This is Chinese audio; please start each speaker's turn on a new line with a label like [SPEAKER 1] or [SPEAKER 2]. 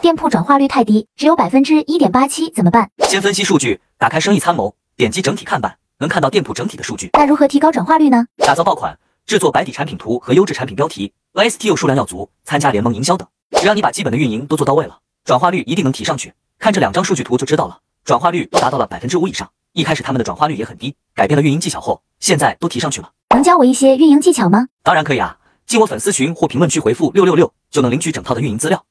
[SPEAKER 1] 店铺转化率太低，只有百分之一点八七，怎么办？
[SPEAKER 2] 先分析数据，打开生意参谋，点击整体看板，能看到店铺整体的数据。
[SPEAKER 1] 那如何提高转化率呢？
[SPEAKER 2] 打造爆款，制作白底产品图和优质产品标题，SKU 数量要足，参加联盟营销等。只要你把基本的运营都做到位了，转化率一定能提上去。看这两张数据图就知道了，转化率都达到了百分之五以上。一开始他们的转化率也很低，改变了运营技巧后，现在都提上去了。
[SPEAKER 1] 能教我一些运营技巧吗？
[SPEAKER 2] 当然可以啊，进我粉丝群或评论区回复六六六就能领取整套的运营资料。